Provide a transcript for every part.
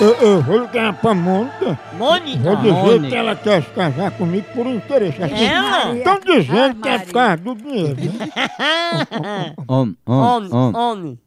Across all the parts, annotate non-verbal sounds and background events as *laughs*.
Eu, eu vou ligar pra Mônica. Vou Mônica? dizer Mônica. que ela quer se casar comigo por interesse. Ela? Estão dizendo que é Maria. por causa do dinheiro. né? Homem, *laughs* homem, Homem, homem. homem.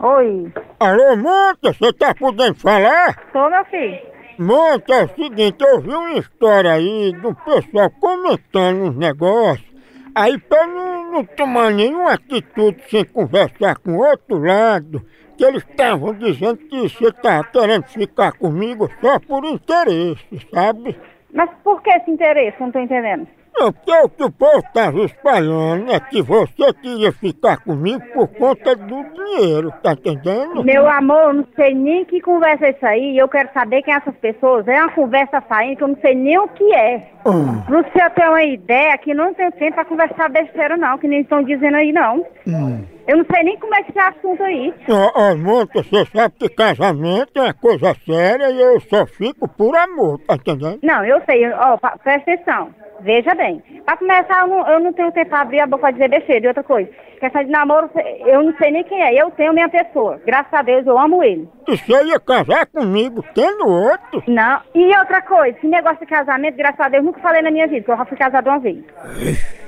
Oi, Alô, Monta, você tá podendo falar? sou meu filho. Monta, é o seguinte, eu vi uma história aí do pessoal comentando uns negócios. Aí pra não, não tomar nenhuma atitude sem conversar com o outro lado, que eles estavam dizendo que você tá querendo ficar comigo só por interesse, sabe? Mas por que esse interesse? Não tô entendendo. Não, porque o que o povo estava espalhando é que você queria ficar comigo por conta do dinheiro, tá entendendo? Meu amor, eu não sei nem que conversa é isso aí. Eu quero saber quem é essas pessoas. É uma conversa saindo que eu não sei nem o que é. Ah, Não sei se eu tenho uma ideia que não tenho tempo pra conversar besteira, não, que nem estão dizendo aí, não. hum. Eu não sei nem como é que esse assunto aí. Ó, ó, Monta, Ah, você sabe que casamento é uma coisa séria e eu só fico por amor, tá entendendo? Não, eu sei. Ó, pa- presta atenção. Veja bem. Pra começar, eu não, eu não tenho tempo pra abrir a boca pra dizer besteira e outra coisa. Quer saber de namoro, eu não sei nem quem é. Eu tenho minha pessoa. Graças a Deus, eu amo ele. E você ia casar comigo tendo outro? Não. E outra coisa, esse negócio de casamento, graças a Deus, nunca falei na minha vida, que eu já fui casada uma vez.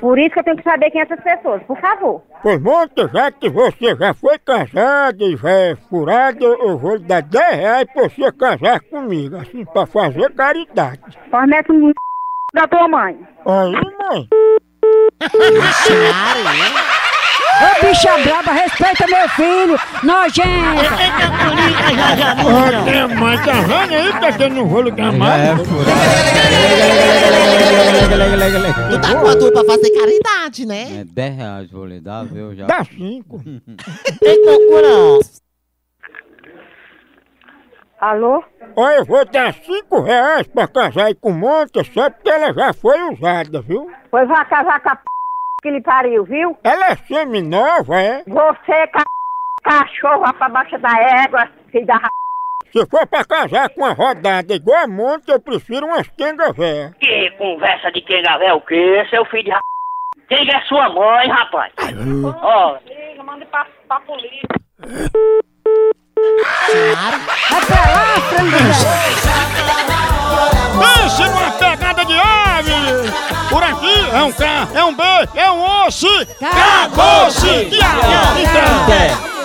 Por isso que eu tenho que saber quem é essas pessoas, por favor. Pois, Monta, já que você já foi casada e já é furada, eu eu vou lhe dar 10 reais pra você casar comigo, assim, pra fazer caridade. Fornece um *laughs* da tua mãe. Aí, mãe. Ô bicha braba, respeita meu filho! Nojento! Eita, bonita, já já Ah, muda. tem mais, tá um vendo aí que eu não vou ligar mais? É, furado. Tu tá com a tua pra fazer caridade, né? É 10 reais vou lhe dar, viu? Já. Dá cinco. Eita, cura. Alô? Ó, eu vou dar cinco reais pra casar aí com Monta, só porque ela já foi usada, viu? Pois vai casar com a p... que ele pariu, viu? Ela é semi-nova, é? Você, ca... cachorro, vai pra baixo da égua, filho da ra... Se for pra casar com uma rodada igual a Monta, eu prefiro umas quenga véia. Que conversa de quem é o quê, seu filho de ra... Quem é sua mãe, rapaz? Ó, Manda pra, pra polícia. É Pense numa pegada de ave! Por aqui é um K, é um B, é um osso! Acabou-se! Acabou-se!